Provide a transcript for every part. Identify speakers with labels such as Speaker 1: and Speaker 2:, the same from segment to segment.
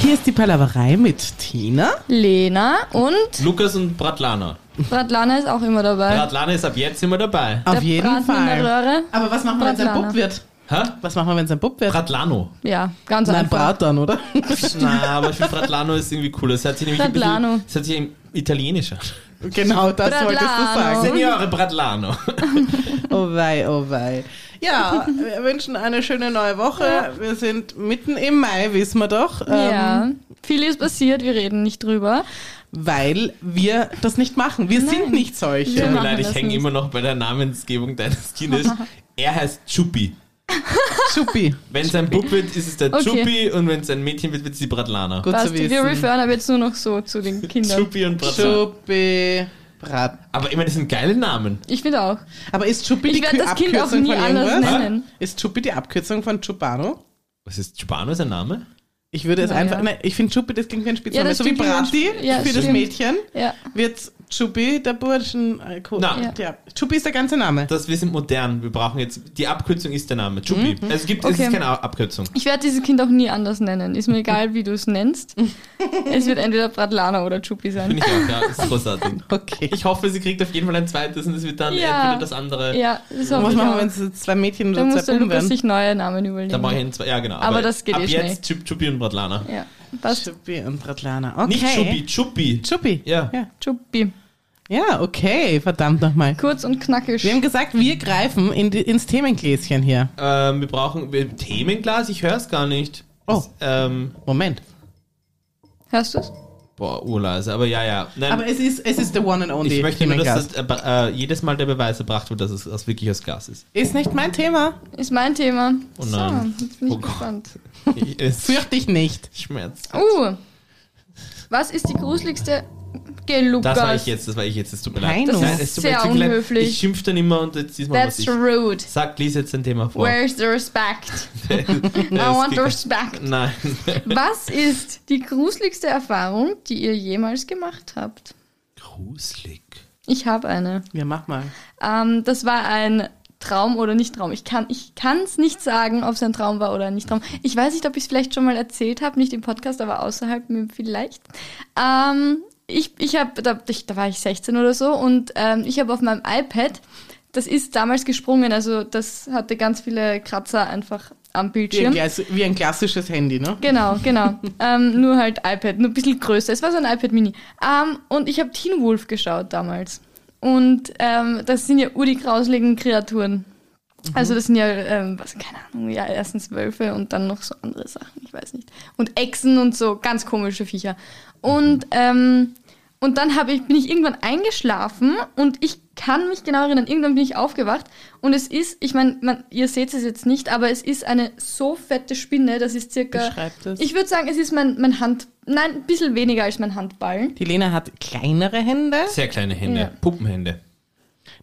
Speaker 1: Hier ist die Palaverei mit Tina.
Speaker 2: Lena und
Speaker 3: Lukas und Bratlana.
Speaker 2: Bratlana ist auch immer dabei.
Speaker 3: Bratlana ist ab jetzt immer dabei.
Speaker 1: Auf
Speaker 2: Der
Speaker 1: jeden
Speaker 2: Braten in der
Speaker 1: Fall.
Speaker 2: Röhre.
Speaker 1: Aber was machen wir, wenn es ein
Speaker 2: Bratlana.
Speaker 1: Bub wird?
Speaker 3: Hä?
Speaker 1: Was machen wir, wenn es ein Bub wird?
Speaker 3: Bratlano.
Speaker 2: Ja, ganz
Speaker 1: Nein,
Speaker 2: einfach.
Speaker 1: Bratan, oder?
Speaker 3: Na, aber ich finde Bratlano ist irgendwie cool. Es hat sich nämlich
Speaker 2: Bratlano.
Speaker 3: ein bisschen, es hat sich im Italienisch an.
Speaker 1: genau, das wolltest du
Speaker 2: Bratlano.
Speaker 1: sagen.
Speaker 3: Signore Bratlano.
Speaker 1: Oh wei, oh wei. Ja, wir wünschen eine schöne neue Woche. Wir sind mitten im Mai, wissen wir doch. ähm,
Speaker 2: Ja, viel ist passiert, wir reden nicht drüber.
Speaker 1: Weil wir das nicht machen. Wir sind nicht solche.
Speaker 3: Tut
Speaker 2: Wir
Speaker 3: mir
Speaker 2: machen
Speaker 3: leid, ich
Speaker 2: das
Speaker 3: hänge
Speaker 2: nicht.
Speaker 3: immer noch bei der Namensgebung deines Kindes. Er heißt Chuppi.
Speaker 1: Schuppi.
Speaker 3: Wenn es ein Bub wird, ist es der
Speaker 2: Okay.
Speaker 3: Chuppi und wenn es ein Mädchen wird, wird es die Bratlana.
Speaker 1: Gut
Speaker 2: Passt,
Speaker 1: zu
Speaker 2: wir
Speaker 1: wissen.
Speaker 2: referen aber jetzt nur noch so zu den Kindern.
Speaker 3: Chuppi und Bratlana.
Speaker 1: Schuppi. Brat.
Speaker 3: Aber ich meine, das sind geile Namen.
Speaker 2: Ich finde auch.
Speaker 1: Aber ist Schuppi
Speaker 2: Ich
Speaker 1: die
Speaker 2: werd
Speaker 1: Kü-
Speaker 2: das Kind auch
Speaker 1: Abkürzung
Speaker 2: nie
Speaker 1: von
Speaker 2: anders
Speaker 1: irgendwas?
Speaker 2: nennen.
Speaker 1: Ist Schuppi die Abkürzung von Chupano?
Speaker 3: Was ist Chupano ist ein Name?
Speaker 1: Ich würde es
Speaker 2: Naja.
Speaker 1: einfach. Nein, ich finde Schuppi, das klingt wie ein Spitzname.
Speaker 2: Ja, das
Speaker 1: so wie
Speaker 2: klingt wie ein
Speaker 1: Brati
Speaker 2: Sp- ja,
Speaker 1: für das
Speaker 2: stimmt.
Speaker 1: Mädchen
Speaker 2: Ja.
Speaker 1: wird Schuppi der Burschen. Äh, cool.
Speaker 3: Na.
Speaker 1: ja. Schuppi ist der ganze Name.
Speaker 3: Das, wir sind modern. Wir brauchen jetzt. Die Abkürzung ist der Name. Chuppi. Also es gibt, es
Speaker 2: Mhm. Okay.
Speaker 3: ist keine Abkürzung.
Speaker 2: Ich werde dieses Kind auch nie anders nennen. Ist mir egal, wie du es nennst. es wird entweder Bratlana oder Chupi
Speaker 3: Bin
Speaker 2: sein.
Speaker 3: ich auch, ja. Ist großartig.
Speaker 1: Okay.
Speaker 3: Ich hoffe, sie kriegt auf jeden Fall ein zweites und es wird dann
Speaker 2: Ja.
Speaker 3: äh, wieder das andere.
Speaker 2: Ja, das hoffe
Speaker 1: Was
Speaker 2: ich
Speaker 1: machen
Speaker 2: auch.
Speaker 1: wir, wenn es zwei Mädchen
Speaker 2: Da
Speaker 1: oder
Speaker 2: muss
Speaker 1: zwei
Speaker 2: der
Speaker 1: Buben
Speaker 2: Lukas
Speaker 1: werden?
Speaker 2: sich neue Namen überlegen.
Speaker 3: Dann mache ich ein zwei. Ja, genau.
Speaker 2: Aber das geht
Speaker 3: ab
Speaker 2: eh
Speaker 3: jetzt Chup- Chuppi und Bratlana.
Speaker 2: ja, passt.
Speaker 1: Schuppi und Bratlana. Okay.
Speaker 3: Nicht Chuppi, Chuppi.
Speaker 1: Schuppi.
Speaker 3: Ja.
Speaker 1: ja.
Speaker 2: Chupi.
Speaker 1: Ja, okay. Verdammt nochmal.
Speaker 2: Kurz und knackig.
Speaker 1: Wir haben gesagt, wir greifen in die, ins Themengläschen hier.
Speaker 3: Ähm, wir brauchen wir, Themenglas, ich höre es gar nicht.
Speaker 1: Oh.
Speaker 3: Das, ähm,
Speaker 1: Moment.
Speaker 2: Hörst du es?
Speaker 3: boah, urleise, aber ja, ja. Nein,
Speaker 1: Aber es ist, es ist the one and only
Speaker 3: Ähm, ich möchte nur,
Speaker 1: Themenglas.
Speaker 3: dass das, äh, äh, jedes Mal der Beweis erbracht wird, dass es dass wirklich aus Glas ist.
Speaker 1: ist nicht mein Thema.
Speaker 2: Ist mein Thema.
Speaker 3: Oh nein.
Speaker 2: So, jetzt bin ich
Speaker 3: Oh Gott.
Speaker 2: gespannt.
Speaker 3: Ich- es
Speaker 1: Fürcht dich nicht.
Speaker 3: schmerzt.
Speaker 2: Uh, was ist die gruseligste Gelukas?
Speaker 3: Das war ich jetzt, das war ich jetzt, es tut mir leid.
Speaker 1: Kein Das
Speaker 3: Nein,
Speaker 1: ist
Speaker 3: es tut mir
Speaker 2: sehr
Speaker 3: jetzt wirklich leid.
Speaker 2: unhöflich.
Speaker 3: Ich schimpfe dann immer und jetzt diesmal muss
Speaker 2: That's
Speaker 3: ich.
Speaker 2: rude.
Speaker 3: Sag Lies jetzt ein Thema vor.
Speaker 2: Where's the respect? I
Speaker 3: Ja, es
Speaker 2: want
Speaker 3: geht-
Speaker 2: respect.
Speaker 3: Nein.
Speaker 2: Was ist die gruseligste Erfahrung, die ihr jemals gemacht habt?
Speaker 3: Gruselig.
Speaker 2: Ich habe eine.
Speaker 1: Ja, mach mal.
Speaker 2: Ähm, das war ein Traum oder nicht Traum. Ich kann ich kann's nicht sagen, ob es ein Traum war oder nicht Traum. Ich weiß nicht, ob ich es vielleicht schon mal erzählt habe, nicht im Podcast, aber außerhalb mir vielleicht. Ähm, ich ich habe da, ich, da war ich 16 oder so und ähm, ich habe auf meinem iPad, das ist damals gesprungen, also das hatte ganz viele Kratzer einfach am
Speaker 1: Wie ein,
Speaker 2: Bildschirm.
Speaker 1: Glas- wie ein klassisches Handy, ne?
Speaker 2: Genau, genau. ähm, nur halt iPad, nur ein bisschen größer. Es war so ein iPad Mini. Ähm, und ich habe Teen Wolf geschaut damals. Und ähm, das sind ja urdigrauseligen Kreaturen. Also das sind ja, ähm, was, keine Ahnung, ja, erstens Wölfe und dann noch so andere Sachen, ich weiß nicht. Und Echsen und so, ganz komische Viecher.
Speaker 1: Mhm.
Speaker 2: Und, ähm, und dann hab ich, bin ich irgendwann eingeschlafen und ich kann mich genau erinnern, irgendwann bin ich aufgewacht und es ist, ich meine, ihr seht es jetzt nicht, aber es ist eine so fette Spinne, das ist circa,
Speaker 1: Beschreibt es.
Speaker 2: ich würde sagen, es ist mein, mein Hand, nein, ein bisschen weniger als mein Handballen.
Speaker 1: Die Lena hat kleinere Hände.
Speaker 3: Sehr kleine Hände.
Speaker 2: Ja.
Speaker 3: Puppenhände.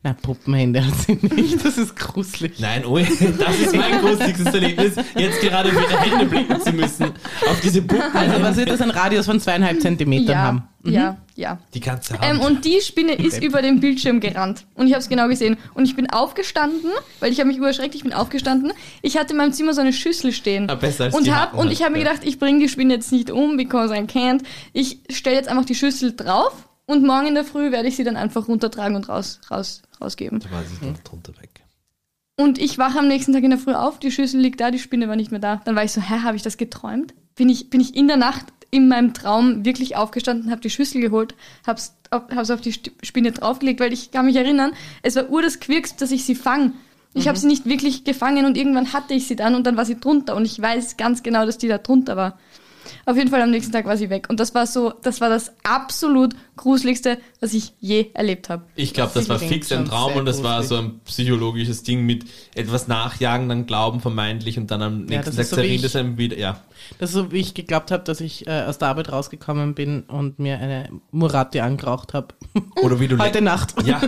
Speaker 1: Na, Puppenhände hat sie nicht. Das ist gruselig.
Speaker 3: Nein, oh, das ist mein gruseligstes Erlebnis, jetzt gerade auf ihre Hände blicken zu müssen. Auf diese Puppen,
Speaker 1: Also was wird das ein Radius von zweieinhalb Zentimetern
Speaker 2: ja,
Speaker 1: haben?
Speaker 2: ja, ja.
Speaker 3: die ganze
Speaker 2: Ähm,
Speaker 3: Hand.
Speaker 2: und die Spinne ist über den Bildschirm gerannt. Und ich habe es genau gesehen. Und ich bin aufgestanden, weil ich habe mich überschreckt, ich bin aufgestanden. Ich hatte in meinem Zimmer so eine Schüssel stehen.
Speaker 3: Ah, besser als
Speaker 2: und
Speaker 3: die
Speaker 2: hab,
Speaker 3: Haken
Speaker 2: und
Speaker 3: halt,
Speaker 2: ich habe mir
Speaker 3: ja.
Speaker 2: gedacht, ich bringe die Spinne jetzt nicht um, because I can't. Ich stelle jetzt einfach die Schüssel drauf und morgen in der Früh werde ich sie dann einfach runtertragen und raus, raus, rausgeben.
Speaker 3: da war sie
Speaker 1: Hm.
Speaker 3: dann drunter weg.
Speaker 2: Und ich wache am nächsten Tag in der Früh auf, die Schüssel liegt da, die Spinne war nicht mehr da. Dann war ich so, hä, habe ich das geträumt? Bin ich, bin ich in der Nacht in meinem Traum wirklich aufgestanden, habe die Schüssel geholt, hab's, auf- hab's auf die Sti- Spinne draufgelegt, weil ich kann mich erinnern, es war ur das Quirks, dass ich sie fang. Ich habe sie nicht wirklich gefangen und irgendwann hatte ich sie dann und dann war sie drunter und ich weiß ganz genau, dass die da drunter war. Auf jeden Fall am nächsten Tag war sie weg und das war so, das war das absolut gruseligste, was ich je erlebt habe.
Speaker 3: Ich glaube, das war
Speaker 1: Klingt
Speaker 3: fix ein
Speaker 1: schon
Speaker 3: Traum
Speaker 1: sehr
Speaker 3: und das war
Speaker 1: gruselig.
Speaker 3: so ein psychologisches Ding mit etwas nachjagen, dann glauben vermeintlich und dann am
Speaker 1: Ja,
Speaker 3: nächsten
Speaker 1: das
Speaker 3: Tag
Speaker 1: ist so wie
Speaker 3: zerrinnt
Speaker 1: ich-
Speaker 3: es einem wieder. Ja,
Speaker 1: Das ist so, wie ich geglaubt habe, dass ich äh, aus der Arbeit rausgekommen bin und mir eine Murati angeraucht habe.
Speaker 3: Oder wie du le-
Speaker 1: Heute Nacht.
Speaker 3: ja.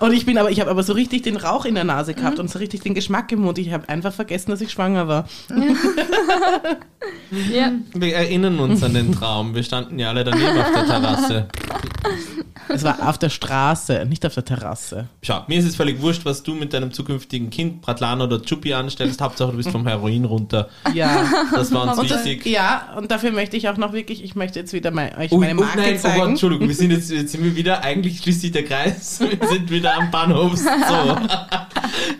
Speaker 1: Und ich bin aber, ich habe aber so richtig den Rauch in der Nase gehabt und so richtig den Geschmack im Mund. Ich habe einfach vergessen, dass ich schwanger war.
Speaker 2: Ja,
Speaker 3: Wir erinnern uns an den Traum. Wir standen ja alle daneben auf der Terrasse.
Speaker 1: Es war auf der Straße, nicht auf der Terrasse.
Speaker 3: Schau, mir ist es völlig wurscht, was du mit deinem zukünftigen Kind, Bratlan oder Chuppi anstellst. Hauptsache, du bist vom Heroin runter.
Speaker 1: Ja.
Speaker 3: Das war uns
Speaker 1: Und das,
Speaker 3: wichtig.
Speaker 1: ja, und dafür möchte ich auch noch wirklich, ich möchte jetzt wieder mein, euch
Speaker 3: Ui,
Speaker 1: meine
Speaker 3: oh
Speaker 1: Marke
Speaker 3: nein, oh Gott,
Speaker 1: zeigen.
Speaker 3: Entschuldigung, wir sind jetzt, jetzt sind wir wieder, eigentlich schließt sich der Kreis, wir sind wieder am Bahnhof. So.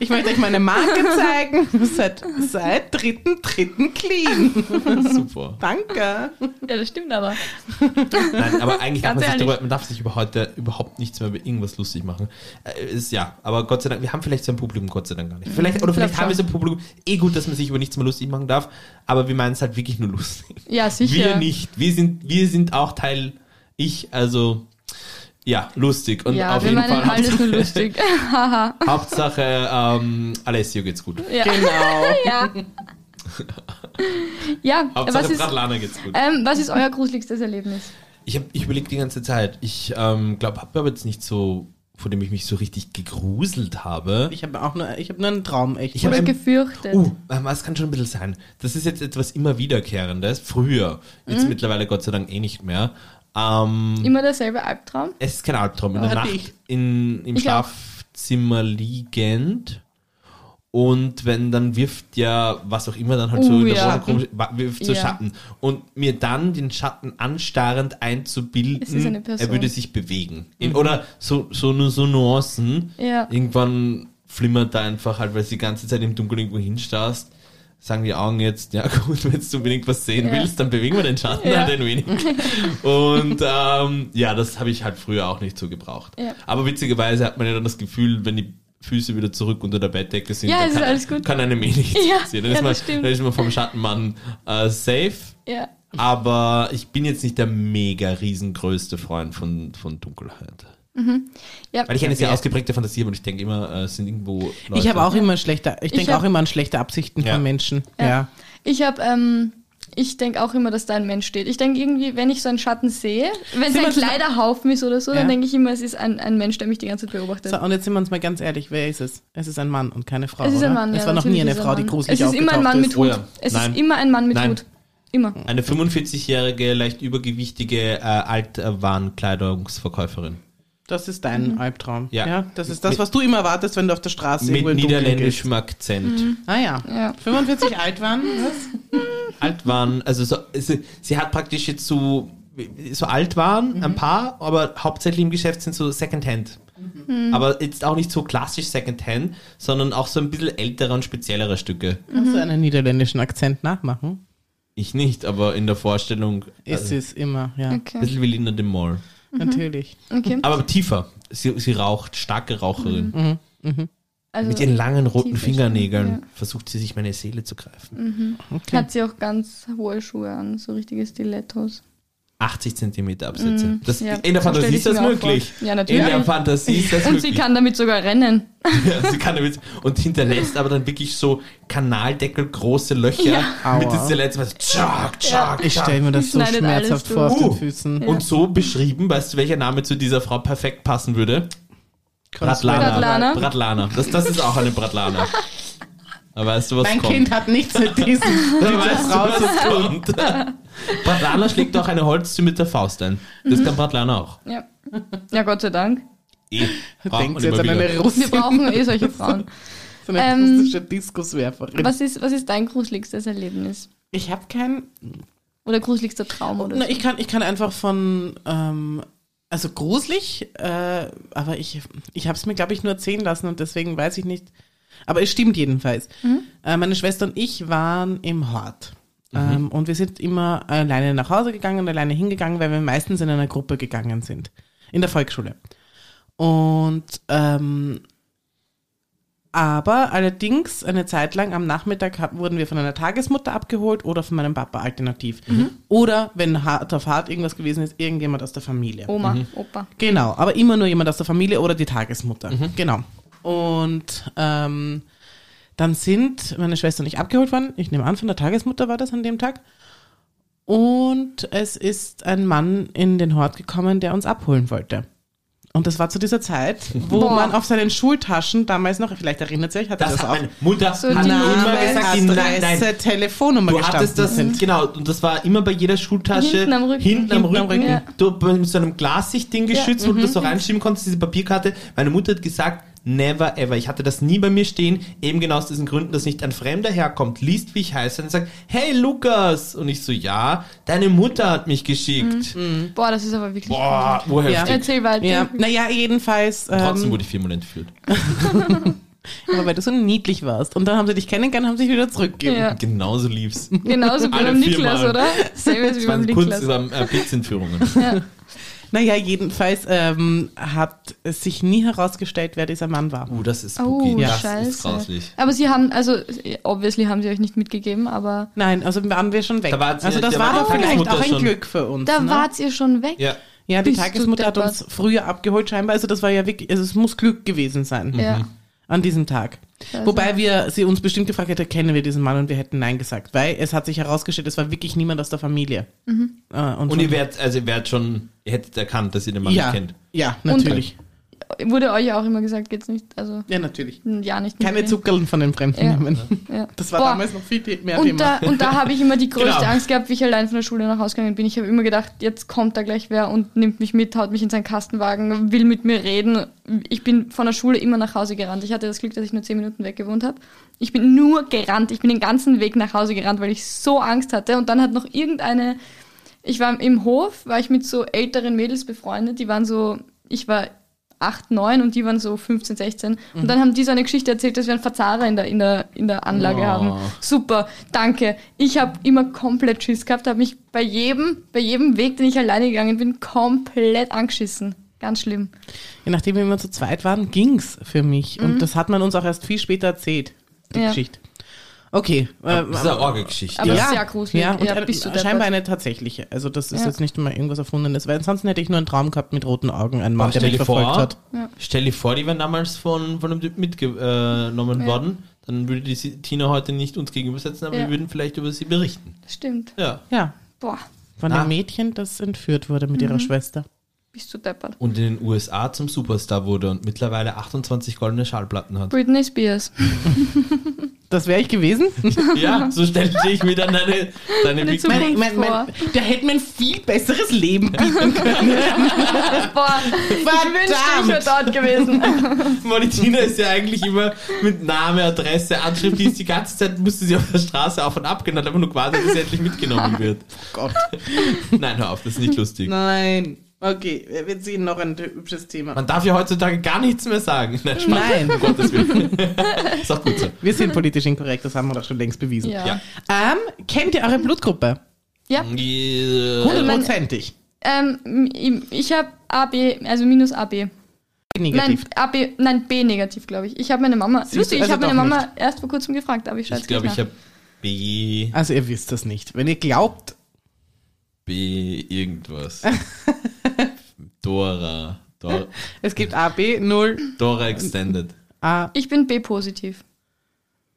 Speaker 1: ich möchte euch meine Marke zeigen. Seit, seit dritten, dritten clean.
Speaker 3: Super.
Speaker 1: Danke.
Speaker 2: Ja, das stimmt aber.
Speaker 3: Nein, aber eigentlich darf
Speaker 2: Ganz
Speaker 3: man, sich
Speaker 2: ehrlich.
Speaker 3: darüber, man darf sich über heute überhaupt nichts mehr über irgendwas lustig machen. Äh, Ist, ja, aber Gott sei Dank, wir haben vielleicht so ein Publikum, Gott sei Dank gar nicht. Vielleicht, oder
Speaker 2: Ich glaub
Speaker 3: vielleicht haben wir so ein Publikum, eh gut, dass man sich über nichts mehr lustig machen darf, aber wir meinen es halt wirklich nur lustig.
Speaker 2: Ja, sicher.
Speaker 3: Wir nicht. Wir sind, wir sind auch Teil, ich, also, ja, lustig. Und
Speaker 2: ja,
Speaker 3: auf
Speaker 2: wir
Speaker 3: jeden
Speaker 2: meinen
Speaker 3: Fall
Speaker 2: alles nur lustig. Haha.
Speaker 3: Hauptsache, ähm, Alessio geht's gut.
Speaker 2: ja.
Speaker 1: Genau.
Speaker 2: ja. ja, was
Speaker 3: Hauptsache,
Speaker 2: ist,
Speaker 3: Bratlana geht's gut.
Speaker 2: ähm, was ist euer gruseligstes Erlebnis?
Speaker 3: Ich, hab- ich überlege die ganze Zeit. Ich ähm, glaube, habe aber jetzt nicht so, von dem ich mich so richtig gegruselt habe.
Speaker 1: Ich habe auch nur, ich habe nur einen Traum, echt.
Speaker 3: Ich hab
Speaker 2: Oder
Speaker 3: ein-
Speaker 2: gefürchtet?
Speaker 3: Uh, ähm, das kann schon ein bisschen sein. Das ist jetzt etwas immer wiederkehrendes. Früher.
Speaker 2: Mhm.
Speaker 3: Jetzt mittlerweile Gott sei Dank eh nicht mehr. Ähm,
Speaker 2: Immer derselbe Albtraum?
Speaker 3: es ist kein Albtraum. In der
Speaker 1: Hatte
Speaker 3: Nacht
Speaker 1: ich.
Speaker 3: in, im
Speaker 2: Ich auch.
Speaker 3: Schlafzimmer liegend. Und wenn dann wirft ja, was auch immer dann halt so
Speaker 2: Uh,
Speaker 3: in der
Speaker 2: ja.
Speaker 3: Wohnung rum, wa- wirft so
Speaker 2: Ja.
Speaker 3: Schatten. Und mir dann den Schatten anstarrend
Speaker 2: Es ist eine
Speaker 3: einzubilden,
Speaker 2: Person. Mhm.
Speaker 3: er würde sich bewegen. In, Oder so, so, nur so Nuancen.
Speaker 2: Ja.
Speaker 3: Irgendwann flimmert da einfach halt, weil du die ganze Zeit im Dunkeln irgendwo hinstarrst. Sagen die Augen jetzt, ja gut, wenn du unbedingt was sehen
Speaker 2: Ja.
Speaker 3: willst, dann bewegen wir den Schatten
Speaker 2: Ja.
Speaker 3: halt ein wenig. Und ähm, ja, das habe ich halt früher auch nicht so gebraucht.
Speaker 2: Ja.
Speaker 3: Aber witzigerweise hat man ja dann das Gefühl, wenn die Füße wieder zurück unter der Bettdecke sind,
Speaker 2: Ja,
Speaker 3: dann
Speaker 2: es ist
Speaker 3: kann,
Speaker 2: alles gut.
Speaker 3: kann einem eh nichts
Speaker 2: Ja,
Speaker 3: passieren. Dann,
Speaker 2: ja,
Speaker 3: ist man,
Speaker 2: das stimmt.
Speaker 3: dann ist man vom Schattenmann äh, safe.
Speaker 2: Ja.
Speaker 3: Aber ich bin jetzt nicht der mega riesengrößte Freund von, von Dunkelheit.
Speaker 2: ja.
Speaker 3: Weil ich eine sehr ausgeprägte Fantasie habe und ich denke immer, äh, es sind irgendwo Leute.
Speaker 1: Ich habe auch immer schlechte, ich
Speaker 2: Ich
Speaker 1: denke
Speaker 2: hab-
Speaker 1: auch immer an schlechte Absichten
Speaker 3: Ja.
Speaker 1: von Menschen.
Speaker 2: Ja.
Speaker 1: Ja.
Speaker 2: Ich habe, ähm, ich denke auch immer, dass da ein Mensch steht. Ich denke irgendwie, wenn ich so einen Schatten sehe, wenn es
Speaker 1: Sind
Speaker 2: ein
Speaker 1: wir so-
Speaker 2: Kleiderhaufen ist oder so, dann
Speaker 1: Ja.
Speaker 2: denke ich immer, es ist ein, ein Mensch, der mich die ganze Zeit beobachtet.
Speaker 1: So, und jetzt sind wir uns mal ganz ehrlich, wer ist es? Es ist ein Mann und keine Frau.
Speaker 2: es ist
Speaker 1: oder?
Speaker 2: ein Mann.
Speaker 1: Es
Speaker 2: ja,
Speaker 1: war noch nie
Speaker 2: natürlich
Speaker 1: eine
Speaker 2: ist es
Speaker 1: Frau, die
Speaker 2: Mann.
Speaker 1: gruselig
Speaker 2: Es ist immer ein Mann
Speaker 1: aufgetaucht
Speaker 2: mit
Speaker 1: ist.
Speaker 3: Oh
Speaker 2: Hut.
Speaker 3: ja.
Speaker 2: Es
Speaker 3: Nein.
Speaker 2: ist immer ein Mann mit
Speaker 3: Nein.
Speaker 2: Hut. Immer.
Speaker 1: Hm.
Speaker 3: Eine 45-jährige, leicht übergewichtige äh, Altwarenkleidungsverkäuferin.
Speaker 1: Das ist dein
Speaker 2: Mhm.
Speaker 1: Albtraum.
Speaker 3: Ja.
Speaker 1: Ja. Das ist das, was du immer erwartest, wenn du auf der Straße
Speaker 3: Mit
Speaker 1: irgendwo im Dunkeln
Speaker 3: niederländischem Akzent.
Speaker 2: Mhm.
Speaker 1: gehst. Ah ja.
Speaker 2: Ja.
Speaker 1: 45 alt waren? Was?
Speaker 3: alt waren, also so, sie, sie hat praktisch jetzt so, so alt waren,
Speaker 2: Mhm.
Speaker 3: ein paar, aber hauptsächlich im Geschäft sind so Secondhand.
Speaker 2: Mhm.
Speaker 3: Aber jetzt auch nicht so klassisch Secondhand, sondern auch so ein bisschen ältere und speziellere Stücke.
Speaker 2: Mhm.
Speaker 1: Kannst du einen niederländischen Akzent nachmachen?
Speaker 3: Ich nicht, aber in der Vorstellung
Speaker 1: Ist
Speaker 3: äh,
Speaker 1: es immer, ja.
Speaker 3: ein
Speaker 2: Okay. Mhm.
Speaker 3: bisschen wie Linda de Mol.
Speaker 1: Natürlich.
Speaker 2: okay.
Speaker 3: Aber tiefer. Sie, sie raucht, starke Raucherin. Mit
Speaker 2: Also
Speaker 3: ihren langen roten
Speaker 2: Mhm. tiefer Mhm.
Speaker 3: Fingernägeln
Speaker 2: Stimme,
Speaker 3: versucht sie sich meine Seele zu greifen.
Speaker 2: hat sie auch ganz hohe Schuhe an, so richtige Stilettos.
Speaker 3: 80 Zentimeter Absätze. Das,
Speaker 2: Mhm. Ja,
Speaker 3: in der
Speaker 2: so stell
Speaker 3: Fantasie
Speaker 2: ich
Speaker 3: ist das
Speaker 2: sie mir auch
Speaker 3: möglich.
Speaker 2: vor. Ja,
Speaker 3: In der
Speaker 2: natürlich.
Speaker 3: Fantasie ist das
Speaker 2: Und
Speaker 3: möglich.
Speaker 2: sie kann damit sogar rennen.
Speaker 3: Ja, sie kann damit, und hinterlässt aber dann wirklich so Kanaldeckel große Löcher
Speaker 1: Ja.
Speaker 3: mit
Speaker 1: Aua.
Speaker 3: dieser letzten Was, tschak, tschak,
Speaker 1: Ich stelle mir das so
Speaker 2: Schneidet
Speaker 1: schmerzhaft
Speaker 2: alles
Speaker 1: vor auf
Speaker 3: durch.
Speaker 1: den
Speaker 3: Uh.
Speaker 1: Füßen.
Speaker 3: Und so beschrieben, weißt du, welcher Name zu dieser Frau perfekt passen würde? Bratlana.
Speaker 2: Bratlana.
Speaker 3: Bratlana. Das, das ist auch eine Bratlana. Da weißt du, was
Speaker 1: Mein
Speaker 3: kommt.
Speaker 1: Kind hat nichts mit diesem.
Speaker 3: da weißt du, was kommt. Bratlana schlägt auch eine Holztür mit der Faust ein. Das kann Bratlana auch.
Speaker 2: Ja. Ja, Gott sei Dank.
Speaker 3: Eh, braucht
Speaker 1: Denkt
Speaker 3: man
Speaker 1: jetzt
Speaker 3: immer
Speaker 1: an
Speaker 3: wieder.
Speaker 1: eine
Speaker 2: Wir
Speaker 1: Russin,
Speaker 2: brauchen eh solche Frauen.
Speaker 1: so eine
Speaker 2: Ähm,
Speaker 1: russische
Speaker 3: Genau.
Speaker 1: Diskuswerferin.
Speaker 2: Was ist, was ist dein gruseligstes Erlebnis?
Speaker 1: Ich habe keinen
Speaker 2: Oder gruseligster Traum oder
Speaker 1: Na,
Speaker 2: so?
Speaker 1: ich kann, ich kann einfach von, ähm, also gruselig, äh, aber ich, ich habe es mir, glaube ich, nur erzählen lassen und deswegen weiß ich nicht. Aber es stimmt jedenfalls. Äh, meine Schwester und ich waren im Hort. Ähm, und wir sind immer alleine nach Hause gegangen und alleine hingegangen, weil wir meistens in einer Gruppe gegangen sind. In der Volksschule. Und ähm, aber allerdings eine Zeit lang am Nachmittag hat, wurden wir von einer Tagesmutter abgeholt oder von meinem Papa alternativ. Oder wenn hart auf hart irgendwas gewesen ist, irgendjemand aus der Familie.
Speaker 2: Oma,
Speaker 3: Mhm.
Speaker 2: Opa.
Speaker 1: Genau, aber immer nur jemand aus der Familie oder die Tagesmutter.
Speaker 3: Mhm.
Speaker 1: Genau. Und ähm, dann sind meine Schwester und ich abgeholt worden. Ich nehme an, von der Tagesmutter war das an dem Tag. Und es ist ein Mann in den Hort gekommen, der uns abholen wollte. Und das war zu dieser Zeit, wo
Speaker 2: Boah.
Speaker 1: man auf seinen Schultaschen damals noch, vielleicht erinnert ihr euch, hatte
Speaker 3: Das,
Speaker 1: das,
Speaker 3: hat
Speaker 1: auch.
Speaker 3: meine Mutter
Speaker 2: So
Speaker 3: hat
Speaker 2: die
Speaker 3: immer
Speaker 1: Name,
Speaker 3: gesagt, die- nein, nein,
Speaker 1: Adresse, Telefonnummer
Speaker 3: Du
Speaker 1: gestanden
Speaker 3: hattest das,
Speaker 1: sind.
Speaker 3: genau, und das war immer bei jeder Schultasche
Speaker 2: Hinten am Rücken.
Speaker 3: hinten am
Speaker 1: Hinten am
Speaker 3: Rücken.
Speaker 2: Rücken.
Speaker 3: Du, mit so einem Glassichtding
Speaker 2: Ja, mhm.
Speaker 3: geschützt, wo du das so reinschieben konntest, diese Papierkarte. Meine Mutter hat gesagt, never ever. Ich hatte das nie bei mir stehen, eben genau aus diesen Gründen, dass nicht ein Fremder herkommt, liest, wie ich heiße, und sagt, hey Lukas! Und ich so, ja, deine Mutter hat mich geschickt.
Speaker 2: Boah, das ist aber wirklich.
Speaker 3: Boah, woher
Speaker 1: Ja.
Speaker 3: heftig.
Speaker 2: Mhm. Erzähl weiter.
Speaker 1: Ja, naja, jedenfalls.
Speaker 3: Trotzdem
Speaker 1: Ähm,
Speaker 3: wurde ich viermal entführt.
Speaker 1: aber weil du so niedlich warst. Und dann haben sie dich kennengelernt, haben sich wieder zurückgegeben.
Speaker 2: Ja.
Speaker 3: Genauso lief's.
Speaker 2: Genauso wie
Speaker 3: Alle
Speaker 2: beim Niklas,
Speaker 3: viermal.
Speaker 2: oder? Same ist wie
Speaker 3: Ich
Speaker 2: beim
Speaker 3: meine, kurz
Speaker 2: Niklas.
Speaker 3: über äh, Blitzentführungen.
Speaker 1: Naja, jedenfalls ähm, hat es sich nie herausgestellt, wer dieser Mann war.
Speaker 3: Uh, das ist spooky.
Speaker 2: Oh,
Speaker 3: das
Speaker 2: scheiße.
Speaker 3: ist grauslich.
Speaker 2: Aber sie haben, also, obviously haben sie euch nicht mitgegeben, aber
Speaker 1: Nein, also waren wir schon weg.
Speaker 3: Da war sie-
Speaker 1: also das
Speaker 3: da
Speaker 1: war
Speaker 3: war
Speaker 1: doch
Speaker 3: die
Speaker 1: vielleicht
Speaker 3: Tagesmutter
Speaker 1: auch ein
Speaker 3: schon.
Speaker 1: Glück für uns.
Speaker 2: da
Speaker 1: ne?
Speaker 2: wart ihr schon weg.
Speaker 3: Ja.
Speaker 1: ja, die
Speaker 2: bist du
Speaker 1: Tagesmutter hat uns
Speaker 2: deppert.
Speaker 1: früher abgeholt scheinbar. Also das war ja wirklich, also es muss Glück gewesen sein
Speaker 2: Ja.
Speaker 3: Mhm.
Speaker 1: an diesem Tag.
Speaker 2: Also-
Speaker 1: Wobei wir sie uns bestimmt gefragt hätte, kennen wir diesen Mann und wir hätten Nein gesagt, weil es hat sich herausgestellt, es war wirklich niemand aus der Familie.
Speaker 2: Mhm.
Speaker 1: Äh, und
Speaker 3: Und ihr
Speaker 1: von-
Speaker 3: wärt, also ihr wärt schon, ihr hättet erkannt, dass ihr den Mann
Speaker 1: ja,
Speaker 3: kennt.
Speaker 1: ja,
Speaker 2: Und-
Speaker 1: natürlich.
Speaker 2: Wurde euch ja auch immer gesagt, geht's nicht, also,
Speaker 1: ja, natürlich.
Speaker 2: ein Jahr nicht
Speaker 1: Keine
Speaker 2: mitgehen.
Speaker 1: Zuckerln von den Fremden
Speaker 2: Ja.
Speaker 1: nehmen.
Speaker 2: Ja.
Speaker 1: Das war
Speaker 2: Boah.
Speaker 1: damals noch viel the- mehr
Speaker 2: Und da,
Speaker 1: Thema.
Speaker 2: und da habe ich immer die größte
Speaker 3: Genau.
Speaker 2: Angst gehabt, wie ich allein von der Schule nach Hause gegangen bin. Ich habe immer gedacht, jetzt kommt da gleich wer und nimmt mich mit, haut mich in seinen Kastenwagen, will mit mir reden. Ich bin von der Schule immer nach Hause gerannt. Ich hatte das Glück, dass ich nur zehn Minuten weg gewohnt habe. Ich bin nur gerannt. Ich bin den ganzen Weg nach Hause gerannt, weil ich so Angst hatte. Und dann hat noch irgendeine, ich war im Hof, war ich mit so älteren Mädels befreundet, die waren so, ich war 8, 9 und die waren so 15, 16. Und dann haben die so eine Geschichte erzählt, dass wir einen Verzahrer in der, in der, in der Anlage
Speaker 3: Oh.
Speaker 2: haben. Super, danke. Ich habe immer komplett Schiss gehabt, habe mich bei jedem, bei jedem Weg, den ich alleine gegangen bin, komplett angeschissen. Ganz schlimm.
Speaker 1: Je nachdem, wie wir zu zweit waren, ging's für mich. Und das hat man uns auch erst viel später erzählt, die
Speaker 2: Ja.
Speaker 1: Geschichte. Okay. äh,
Speaker 3: Das ist eine Orgelgeschichte.
Speaker 2: Aber sehr gruselig.
Speaker 1: Ja, und
Speaker 2: Ja,
Speaker 1: ein-
Speaker 2: bist du
Speaker 1: scheinbar
Speaker 2: deppert.
Speaker 1: eine tatsächliche. Also das ist
Speaker 2: Ja.
Speaker 1: jetzt nicht mal irgendwas Erfundenes, weil ansonsten hätte ich nur einen Traum gehabt mit roten Augen, einen Mann, der
Speaker 3: Stell
Speaker 1: mich
Speaker 3: dir
Speaker 1: verfolgt
Speaker 3: vor,
Speaker 1: hat.
Speaker 3: stell dir vor, die wären damals von, von einem Typ mitgenommen
Speaker 2: Ja.
Speaker 3: worden. Dann würde die Si- Tina heute nicht uns gegenübersetzen, aber
Speaker 2: Ja.
Speaker 3: wir würden vielleicht über sie berichten.
Speaker 2: Stimmt.
Speaker 3: Ja.
Speaker 1: Ja,
Speaker 2: Boah,
Speaker 1: von
Speaker 3: Ah.
Speaker 1: dem Mädchen, das entführt wurde mit ihrer Schwester.
Speaker 2: bist du deppert.
Speaker 3: Und in den USA zum Superstar wurde und mittlerweile 28 goldene Schallplatten hat.
Speaker 2: Britney Spears.
Speaker 1: Das wäre ich gewesen.
Speaker 3: ja, so stellte ich mir dann deine, deine
Speaker 2: Eine
Speaker 3: Big
Speaker 2: Zukunft.
Speaker 1: Mein, mein, mein, da hätte man ein viel besseres Leben bieten können.
Speaker 2: Boah, ich wünschte, ich wäre dort gewesen.
Speaker 3: Martina ist ja eigentlich immer mit Name, Adresse, Anschrift, die ist die ganze Zeit, musste sie auf der Straße auf und ab genannt, aber nur quasi, dass sie endlich mitgenommen wird.
Speaker 1: Oh Gott.
Speaker 3: Nein, hör auf, das ist nicht lustig.
Speaker 1: Nein. Okay, wir ziehen noch ein hübsches Thema.
Speaker 3: Man darf ja heutzutage gar nichts mehr sagen. Nein, Spaß.
Speaker 1: Nein.
Speaker 3: Um Gottes Willen. ist auch gut so.
Speaker 1: Wir sind politisch inkorrekt, das haben wir doch schon längst bewiesen.
Speaker 2: Ja.
Speaker 3: Ja.
Speaker 1: Ähm, kennt ihr eure Blutgruppe?
Speaker 2: ja.
Speaker 3: Äh,
Speaker 1: Hundertprozentig.
Speaker 2: Ähm, ich habe AB, also minus AB.
Speaker 1: Negativ.
Speaker 2: Nein, AB, nein, B negativ, glaube ich. Ich habe meine Mama,
Speaker 1: du,
Speaker 2: lustig, ich
Speaker 1: also
Speaker 2: habe meine
Speaker 1: doch
Speaker 2: Mama erst vor kurzem gefragt, aber ich schaue jetzt
Speaker 3: Ich
Speaker 2: gleich
Speaker 3: glaube,
Speaker 2: nach.
Speaker 3: ich habe B,
Speaker 1: Also ihr wisst das nicht. Wenn ihr glaubt,
Speaker 3: B irgendwas. Dora. Dora,
Speaker 1: es gibt A, B, 0,
Speaker 3: Dora Extended.
Speaker 1: A.
Speaker 2: Ich bin B positiv.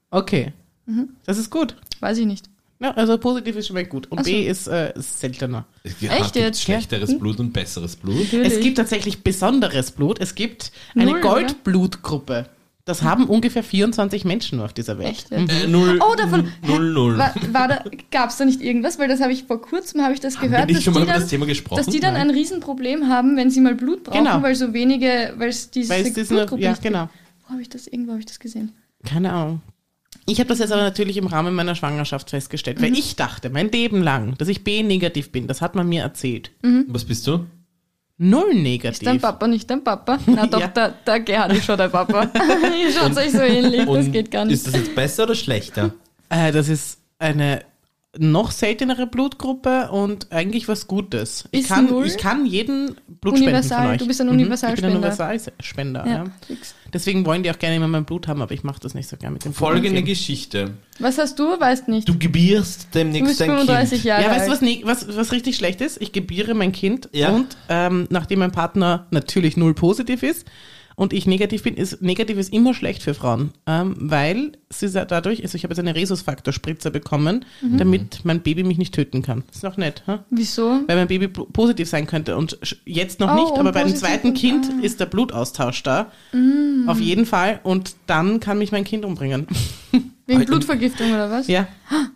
Speaker 1: Okay.
Speaker 2: Mhm.
Speaker 1: Das ist gut.
Speaker 2: Weiß ich nicht.
Speaker 1: Ja, also positiv ist schon mal gut. Und
Speaker 2: Ach so.
Speaker 1: B ist äh, seltener.
Speaker 3: Echt
Speaker 2: Echt jetzt?
Speaker 3: Schlechteres Blut und besseres Blut.
Speaker 1: Es gibt tatsächlich besonderes Blut. Es gibt
Speaker 2: Null,
Speaker 1: eine
Speaker 2: oder? Mhm.
Speaker 1: Goldblutgruppe. Das haben ungefähr 24 Menschen nur auf dieser Welt.
Speaker 2: Echt jetzt?
Speaker 3: Äh, null,
Speaker 2: Oh, davon-
Speaker 3: Null, null.
Speaker 2: War, war da, gab's da nicht irgendwas? Weil das habe ich vor kurzem habe ich das gehört, dass
Speaker 3: wir nicht schon mal
Speaker 2: die,
Speaker 3: über das
Speaker 2: dann,
Speaker 3: Thema gesprochen?
Speaker 2: dass die dann ein Riesenproblem haben, wenn sie mal Blut brauchen,
Speaker 1: Genau.
Speaker 2: weil so wenige, weil es diese
Speaker 1: Weil es diese,
Speaker 2: Blutgruppe
Speaker 1: ja,
Speaker 2: nicht gibt.
Speaker 1: genau.
Speaker 2: Wo habe ich das irgendwo habe ich das gesehen?
Speaker 1: Keine Ahnung. Ich habe das jetzt aber natürlich im Rahmen meiner Schwangerschaft festgestellt,
Speaker 2: Mhm.
Speaker 1: weil ich dachte mein Leben lang, dass ich B-negativ bin. Das hat man mir erzählt.
Speaker 3: Was bist du?
Speaker 1: Null
Speaker 2: Mhm. Ist dein
Speaker 1: negativ.
Speaker 2: Papa nicht dein Papa? Na doch,
Speaker 1: Ja.
Speaker 2: der, der Gerhard ist schon dein Papa. Ihr schaut euch so ähnlich, das
Speaker 3: Und
Speaker 2: geht gar nicht.
Speaker 3: Ist das jetzt besser oder schlechter?
Speaker 1: Äh, das ist eine noch seltenere Blutgruppe und eigentlich was Gutes. Ich
Speaker 2: Ist
Speaker 1: kann,
Speaker 2: null?
Speaker 1: ich kann jeden Blut spenden
Speaker 2: Universal,
Speaker 1: von euch.
Speaker 2: du bist ein
Speaker 1: Mhm, Ich bin ein
Speaker 2: Universalspender.
Speaker 1: Universalspender, ja.
Speaker 2: Ja, fix.
Speaker 1: Deswegen wollen die auch gerne immer mein Blut haben, aber ich mache das nicht so gerne mit dem Blut
Speaker 3: Folgende
Speaker 1: geben.
Speaker 3: Geschichte.
Speaker 2: Was hast du? Weißt nicht.
Speaker 3: Du gebierst
Speaker 2: Du
Speaker 3: demnächst
Speaker 2: bist
Speaker 3: dein
Speaker 2: 35
Speaker 3: Kind.
Speaker 2: Jahre
Speaker 1: Ja,
Speaker 2: alt.
Speaker 1: weißt du, was, ne- was, was richtig schlecht ist? Ich gebiere mein Kind
Speaker 3: Ja.
Speaker 1: und ähm, nachdem mein Partner natürlich null positiv ist und ich negativ bin, ist negativ ist immer schlecht für Frauen, ähm, weil sie sa- dadurch, also ich habe jetzt eine Rhesusfaktor-Spritze bekommen,
Speaker 2: Mhm.
Speaker 1: damit mein Baby mich nicht töten kann. Ist noch nett, hä?
Speaker 2: Wieso?
Speaker 1: weil mein Baby po- positiv sein könnte. Und sch- jetzt noch
Speaker 2: Oh,
Speaker 1: nicht,
Speaker 2: und
Speaker 1: aber bei dem
Speaker 2: positiv
Speaker 1: zweiten
Speaker 2: und- Ah. Mm.
Speaker 1: Kind ist der Blutaustausch da. Auf jeden Fall. Und dann kann mich mein Kind umbringen.
Speaker 2: Wegen
Speaker 3: Aber-
Speaker 2: Blutvergiftung oder was?
Speaker 1: ja.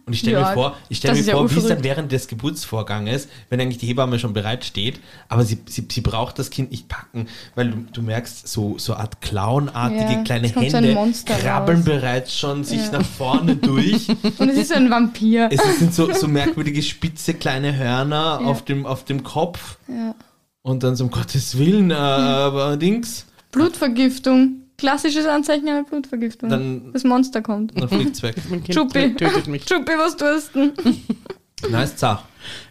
Speaker 3: Und ich stelle
Speaker 2: Ja,
Speaker 3: mir vor, ich stell
Speaker 2: das
Speaker 3: mir
Speaker 2: ist ja
Speaker 3: vor wie es dann
Speaker 2: urverrückt.
Speaker 3: während des Geburtsvorganges, wenn eigentlich die Hebamme schon bereit steht, aber sie, sie, sie braucht das Kind nicht packen, weil du, du merkst, so, so Art clownartige
Speaker 2: Ja,
Speaker 3: kleine
Speaker 2: es kommt so ein
Speaker 3: Hände
Speaker 2: Monster
Speaker 3: krabbeln
Speaker 2: raus.
Speaker 3: bereits schon sich
Speaker 2: Ja.
Speaker 3: nach vorne durch.
Speaker 2: Und es ist so ein Vampir.
Speaker 3: es sind so, so merkwürdige spitze kleine Hörner
Speaker 2: Ja.
Speaker 3: auf, dem, auf dem Kopf
Speaker 2: ja.
Speaker 3: und dann so, um Gottes Willen,
Speaker 2: Hm.
Speaker 3: äh, aber Dings,
Speaker 2: Blutvergiftung. Klassisches Anzeichen einer Blutvergiftung.
Speaker 3: Dann-
Speaker 2: das Monster kommt.
Speaker 3: dann fliegt's weg.
Speaker 1: Mein Kind
Speaker 2: Schuppi.
Speaker 1: tö- tötet mich.
Speaker 2: Schuppi, was tust du?
Speaker 3: Nice, zah.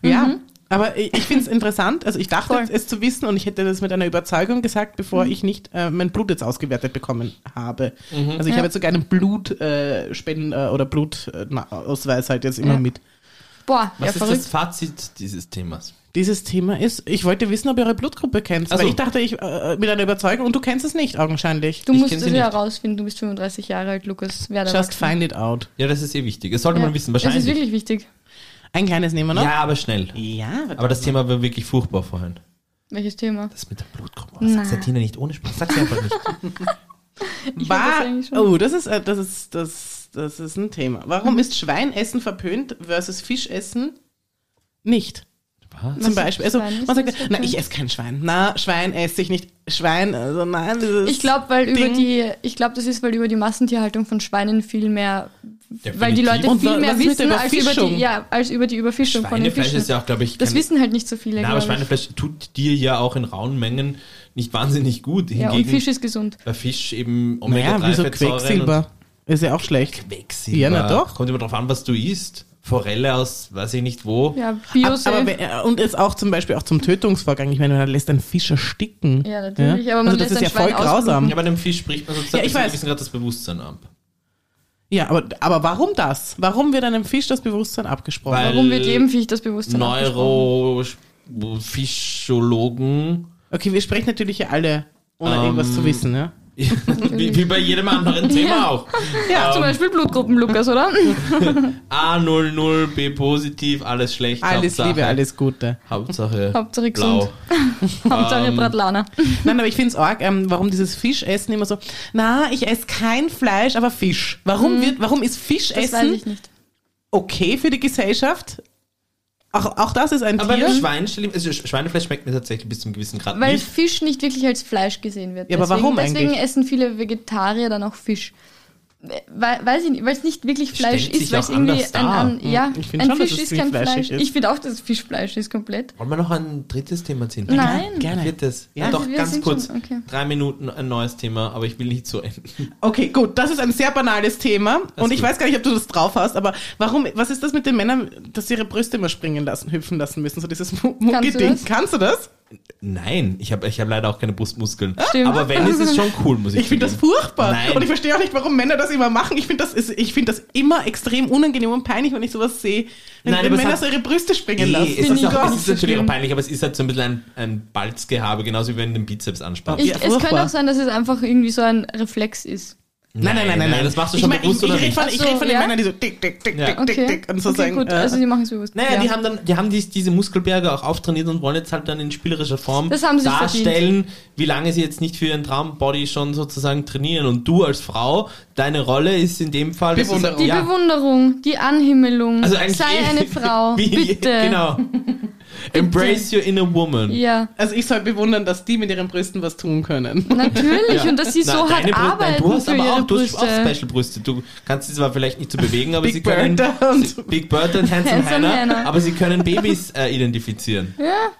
Speaker 1: Ja. Aber ich ich finde es interessant, also ich dachte
Speaker 2: Mhm. Voll. Mhm.
Speaker 1: es zu wissen und ich hätte das mit einer Überzeugung gesagt, bevor ich nicht äh, mein Blut jetzt ausgewertet bekommen habe.
Speaker 3: Mhm.
Speaker 1: Also ich
Speaker 2: Ja.
Speaker 1: habe jetzt sogar einen Blutspenden äh, Spenden- äh, oder Blutausweis halt jetzt immer
Speaker 2: Ja.
Speaker 1: mit.
Speaker 2: Boah,
Speaker 3: Was
Speaker 2: ja
Speaker 3: ist
Speaker 2: verrückt.
Speaker 3: das Fazit dieses Themas?
Speaker 1: Dieses Thema ist, ich wollte wissen, ob ihr eure Blutgruppe kennt,
Speaker 3: Ach
Speaker 1: weil
Speaker 3: so.
Speaker 1: ich dachte, ich äh, mit einer Überzeugung und du kennst es nicht augenscheinlich.
Speaker 2: Du
Speaker 3: Ich
Speaker 2: musst
Speaker 3: kenn
Speaker 2: es
Speaker 3: sie
Speaker 2: ja
Speaker 3: nicht.
Speaker 2: herausfinden, du bist 35 Jahre alt, Lukas. Wer da
Speaker 1: Just find it out.
Speaker 3: Ja, das ist eh wichtig. Das sollte
Speaker 2: ja.
Speaker 3: man wissen,
Speaker 2: Das
Speaker 3: wahrscheinlich.
Speaker 2: ist wirklich wichtig.
Speaker 1: Ein kleines nehmen wir noch.
Speaker 3: ja, aber schnell.
Speaker 1: Ja,
Speaker 3: Aber das Thema war wirklich furchtbar vorhin.
Speaker 2: Welches Thema?
Speaker 3: Das mit der Blutgruppe.
Speaker 2: Na.
Speaker 3: Sagt Satina nicht ohne Spaß. Sagt sie einfach nicht.
Speaker 2: Ich weiß das
Speaker 1: war.
Speaker 2: eigentlich schon.
Speaker 1: oh, das ist, äh, das ist, das, das ist ein Thema. Warum ist Schweinessen verpönt versus Fischessen nicht?
Speaker 3: Was?
Speaker 1: Zum
Speaker 2: Was
Speaker 1: Beispiel.
Speaker 2: ist
Speaker 1: Also,
Speaker 2: Schwein? Ist
Speaker 1: man sagt,
Speaker 2: das verpönt?
Speaker 1: na, ich esse kein Schwein. Na, Schwein esse ich nicht. Schwein, also nein. dieses
Speaker 2: Ich glaube, weil über
Speaker 1: Ding.
Speaker 2: die, ich glaube, das ist, weil über die Massentierhaltung von Schweinen viel mehr, weil die Leute
Speaker 1: Und wa-
Speaker 2: viel mehr
Speaker 1: was ist mit
Speaker 2: wissen
Speaker 1: der
Speaker 2: als über die,
Speaker 1: Überfischung?
Speaker 2: ja, als über die Überfischung von den
Speaker 3: Schweinefleisch
Speaker 2: Fischen.
Speaker 3: ist ja auch, glaube ich,
Speaker 2: das
Speaker 3: keine-
Speaker 2: wissen halt nicht so viele.
Speaker 3: Na, aber
Speaker 2: glaub ich.
Speaker 3: Schweinefleisch tut dir ja auch in rauen Mengen nicht wahnsinnig gut.
Speaker 2: Ja, und
Speaker 3: Hingegen
Speaker 2: Fisch ist gesund.
Speaker 3: bei Fisch eben
Speaker 1: naja, wieso
Speaker 3: Omega-3-Fettsäuren.
Speaker 1: Quecksilber? Ist ja auch schlecht.
Speaker 3: Quecksilber.
Speaker 1: Ja, na doch.
Speaker 3: Kommt immer drauf an, was du isst. Forelle aus, weiß ich nicht wo.
Speaker 2: Ja, bio
Speaker 1: Ab- aber wer- äh, und ist auch zum Beispiel auch zum Tötungsvorgang. Ich meine, man lässt einen Fisch ersticken.
Speaker 2: Ja, natürlich, aber man
Speaker 1: also das
Speaker 2: lässt
Speaker 1: ist
Speaker 2: ein
Speaker 1: ja
Speaker 2: Schwein
Speaker 1: voll grausam.
Speaker 3: Ja, bei einem Fisch spricht man sozusagen
Speaker 1: Ja, ich
Speaker 3: bis zu einem
Speaker 1: weiß.
Speaker 3: gewissen Grad das Bewusstsein ab.
Speaker 1: Ja, aber, aber warum das? Warum wird einem Fisch das Bewusstsein abgesprochen?
Speaker 3: Weil-
Speaker 2: Warum wird jedem Viech das Bewusstsein abgesprochen?
Speaker 3: Neurofischologen.
Speaker 1: Okay, wir sprechen natürlich hier alle, ohne
Speaker 3: Ähm,
Speaker 1: irgendwas zu wissen, ja?
Speaker 3: wie, wie bei jedem anderen Thema
Speaker 2: Ja.
Speaker 3: auch.
Speaker 2: Ja, zum Beispiel Blutgruppen, Lukas, oder?
Speaker 3: A00, B positiv, alles schlecht.
Speaker 1: Alles
Speaker 3: Hauptsache,
Speaker 1: Liebe, alles Gute.
Speaker 3: Hauptsache.
Speaker 2: Hauptsache
Speaker 3: blau.
Speaker 2: gesund. Hauptsache
Speaker 3: Ähm.
Speaker 2: Bratlana.
Speaker 1: Nein, aber ich finde es arg, ähm, warum dieses Fischessen immer so, na, ich esse kein Fleisch, aber Fisch. Warum,
Speaker 3: Mhm.
Speaker 1: wird, warum ist
Speaker 2: Das weiß
Speaker 1: Fischessen
Speaker 2: ich nicht.
Speaker 1: okay für die Gesellschaft? Auch, auch das ist ein
Speaker 3: Aber
Speaker 1: Tier.
Speaker 3: Schwein, stell- also Sch- Schweinefleisch schmeckt mir tatsächlich bis zum gewissen Grad
Speaker 2: Weil
Speaker 3: nicht.
Speaker 2: Fisch nicht wirklich als Fleisch gesehen wird.
Speaker 1: Ja, aber
Speaker 2: deswegen,
Speaker 1: warum
Speaker 2: Deswegen
Speaker 1: eigentlich?
Speaker 2: essen viele Vegetarier dann auch Fisch. Weil, weiß ich nicht, weil es nicht wirklich Fleisch
Speaker 3: stellt sich
Speaker 2: ist, weil
Speaker 3: auch
Speaker 2: es irgendwie
Speaker 3: anders
Speaker 2: ein,
Speaker 3: dar.
Speaker 2: ein, ja,
Speaker 1: Ich find
Speaker 2: ein
Speaker 1: schon, dass
Speaker 2: Fisch
Speaker 1: es
Speaker 2: ist kein
Speaker 1: fleischig
Speaker 2: Fleisch.
Speaker 1: ist.
Speaker 2: Ich finde auch, dass es Fisch Fleisch ist komplett.
Speaker 3: Wollen wir noch ein drittes Thema ziehen?
Speaker 2: Nein.
Speaker 1: Gerne.
Speaker 3: Viertes.
Speaker 1: Ja,
Speaker 3: Ja,
Speaker 2: also
Speaker 3: doch,
Speaker 2: wir
Speaker 3: ganz
Speaker 2: sind
Speaker 3: kurz.
Speaker 2: schon- okay.
Speaker 3: Drei Minuten ein neues Thema, aber ich will nicht so enden.
Speaker 1: Okay, gut, das ist ein sehr banales Thema
Speaker 3: Das
Speaker 1: und
Speaker 3: ist
Speaker 1: ich
Speaker 3: gut.
Speaker 1: weiß gar nicht, ob du das drauf hast, aber warum, was ist das mit den Männern, dass sie ihre Brüste immer springen lassen, hüpfen lassen müssen, so dieses Mu- Mucki-Ding.
Speaker 2: das?
Speaker 1: Kannst du das?
Speaker 3: Nein, ich habe ich hab leider auch keine Brustmuskeln.
Speaker 2: Stimmt.
Speaker 3: Aber wenn, ist es schon cool, muss ich
Speaker 1: Ich finde das
Speaker 3: zugeben.
Speaker 1: furchtbar.
Speaker 3: Nein.
Speaker 1: Und ich verstehe auch nicht, warum Männer das immer machen. Ich finde das, ist- ich finde das immer extrem unangenehm und peinlich, wenn ich sowas sehe. Wenn,
Speaker 3: Nein,
Speaker 1: wenn
Speaker 3: aber es
Speaker 1: Männer
Speaker 3: hat-
Speaker 1: so ihre Brüste springen
Speaker 3: Nee,
Speaker 1: lassen.
Speaker 3: es
Speaker 2: Bin
Speaker 3: ist,
Speaker 2: ich
Speaker 3: auch,
Speaker 2: gar
Speaker 3: es
Speaker 2: nicht
Speaker 3: ist
Speaker 2: so
Speaker 3: natürlich auch
Speaker 2: schlimm.
Speaker 3: peinlich, aber es ist halt so ein bisschen ein, ein Balzgehabe, genauso wie wenn du den Bizeps anspannst.
Speaker 2: Ich,
Speaker 1: Ja,
Speaker 2: es könnte
Speaker 1: furchtbar.
Speaker 2: auch sein, dass es einfach irgendwie so ein Reflex ist.
Speaker 1: nein, nein, nein, nein, nein.
Speaker 3: Das machst du schon
Speaker 1: ich mein,
Speaker 3: bewusst
Speaker 1: ich, ich
Speaker 3: oder
Speaker 1: red
Speaker 3: nicht?
Speaker 1: Von, ich
Speaker 2: Ach so,
Speaker 1: rede von den
Speaker 2: ja.
Speaker 1: Männern, die so dick, dick, dick,
Speaker 3: Ja.
Speaker 1: dick,
Speaker 2: Okay.
Speaker 1: dick, dick und so
Speaker 2: okay,
Speaker 1: sagen.
Speaker 2: gut,
Speaker 1: äh,
Speaker 2: also die machen es bewusst.
Speaker 3: Naja,
Speaker 2: ja.
Speaker 3: die haben dann, die haben dies, diese Muskelberge auch auftrainiert und wollen jetzt halt dann in spielerischer Form
Speaker 2: Das haben sie sich
Speaker 3: darstellen, wie lange sie jetzt nicht für ihren Traumbody schon sozusagen trainieren. Und du als Frau, deine Rolle ist in dem Fall. das ist-
Speaker 1: Bewunderung.
Speaker 2: Die
Speaker 3: Oh, Ja,
Speaker 2: Bewunderung, die Anhimmelung.
Speaker 3: also eigentlich
Speaker 2: Sei
Speaker 3: eh-
Speaker 2: eine Frau,
Speaker 3: wie-
Speaker 2: bitte.
Speaker 3: Genau. Embrace your inner woman.
Speaker 2: Ja,
Speaker 1: also ich soll bewundern, dass die mit ihren Brüsten was tun können.
Speaker 2: natürlich. Und dass sie
Speaker 3: Na,
Speaker 2: so hart
Speaker 3: deine Brü- nein,
Speaker 2: arbeiten
Speaker 3: Du hast
Speaker 2: für
Speaker 3: aber
Speaker 2: ihre
Speaker 3: auch, du hast
Speaker 2: Brüste.
Speaker 3: auch Special Brüste. Du kannst sie zwar vielleicht nicht so bewegen, aber
Speaker 1: Big
Speaker 3: sie können
Speaker 1: Bertha und-
Speaker 3: Big Bird und Handsome,
Speaker 2: Handsome
Speaker 3: Hannah,
Speaker 2: Hannah.
Speaker 3: aber sie können Babys äh, identifizieren.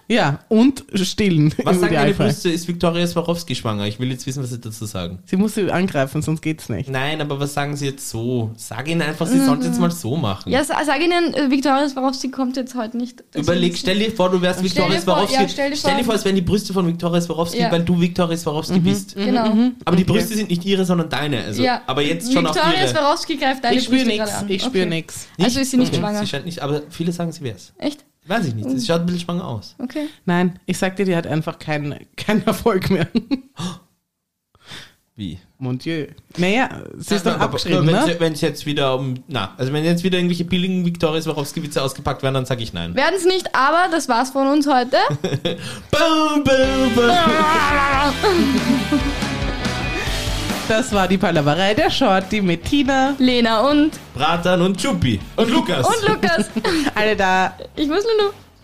Speaker 1: Ja, und stillen
Speaker 3: Was
Speaker 1: im
Speaker 3: sagen deine
Speaker 1: Idealfall.
Speaker 3: Brüste? Ist Victoria Swarovski schwanger? Ich will jetzt wissen, was sie dazu sagen.
Speaker 1: Sie muss sie angreifen, sonst geht's nicht.
Speaker 3: Nein, aber was sagen sie jetzt so? Sag ihnen einfach, sie sollten es mal so machen.
Speaker 2: Mhm. Ja, sa- sag ihnen, äh, Victoria Swarovski kommt jetzt heute nicht. Das
Speaker 3: Überleg,
Speaker 2: ist-
Speaker 3: stell dir vor, du wärst Victoria
Speaker 2: dir vor,
Speaker 3: Swarovski.
Speaker 2: ja, stell dir vor-
Speaker 3: es wären die Brüste von Victoria Swarovski,
Speaker 2: Ja.
Speaker 3: weil du Victoria Swarovski bist.
Speaker 2: Genau.
Speaker 3: Aber die
Speaker 1: Okay.
Speaker 3: Brüste sind nicht ihre, sondern deine. Mhm, Also,
Speaker 2: Ja.
Speaker 3: Aber jetzt schon
Speaker 2: Victoria
Speaker 3: auf ihre.
Speaker 2: Swarovski greift deine
Speaker 1: ich spüre
Speaker 2: Brüste
Speaker 1: nichts,
Speaker 2: gerade an.
Speaker 1: ich spüre
Speaker 2: Okay.
Speaker 1: nichts.
Speaker 2: Also ist sie nicht schwanger. Mhm.
Speaker 3: Sie scheint nicht, aber viele sagen, sie wär's.
Speaker 2: Echt?
Speaker 3: Weiß ich nicht. Sie schaut ein bisschen schwanger aus.
Speaker 2: Okay.
Speaker 1: Nein, ich sag dir, die hat einfach keinen keinen Erfolg mehr.
Speaker 3: Wie?
Speaker 1: Mon Dieu. Naja, sie ist doch
Speaker 3: Ja, Äh, aber-
Speaker 1: abgeschrieben,
Speaker 3: nur
Speaker 1: ne?
Speaker 3: Wenn es jetzt wieder um. Na, also wenn jetzt wieder irgendwelche billigen Viktoria Swarovski-Witze ausgepackt werden, dann sage ich nein.
Speaker 2: Werden es nicht, aber das war's von uns heute.
Speaker 3: Boom, boom, boom.
Speaker 1: Das war die Palaverei der Shorty mit Tina.
Speaker 2: Lena und,
Speaker 3: Bratan und Chuppi. Und Lukas.
Speaker 2: und Lukas.
Speaker 1: Alle da.
Speaker 2: Ich muss nur noch.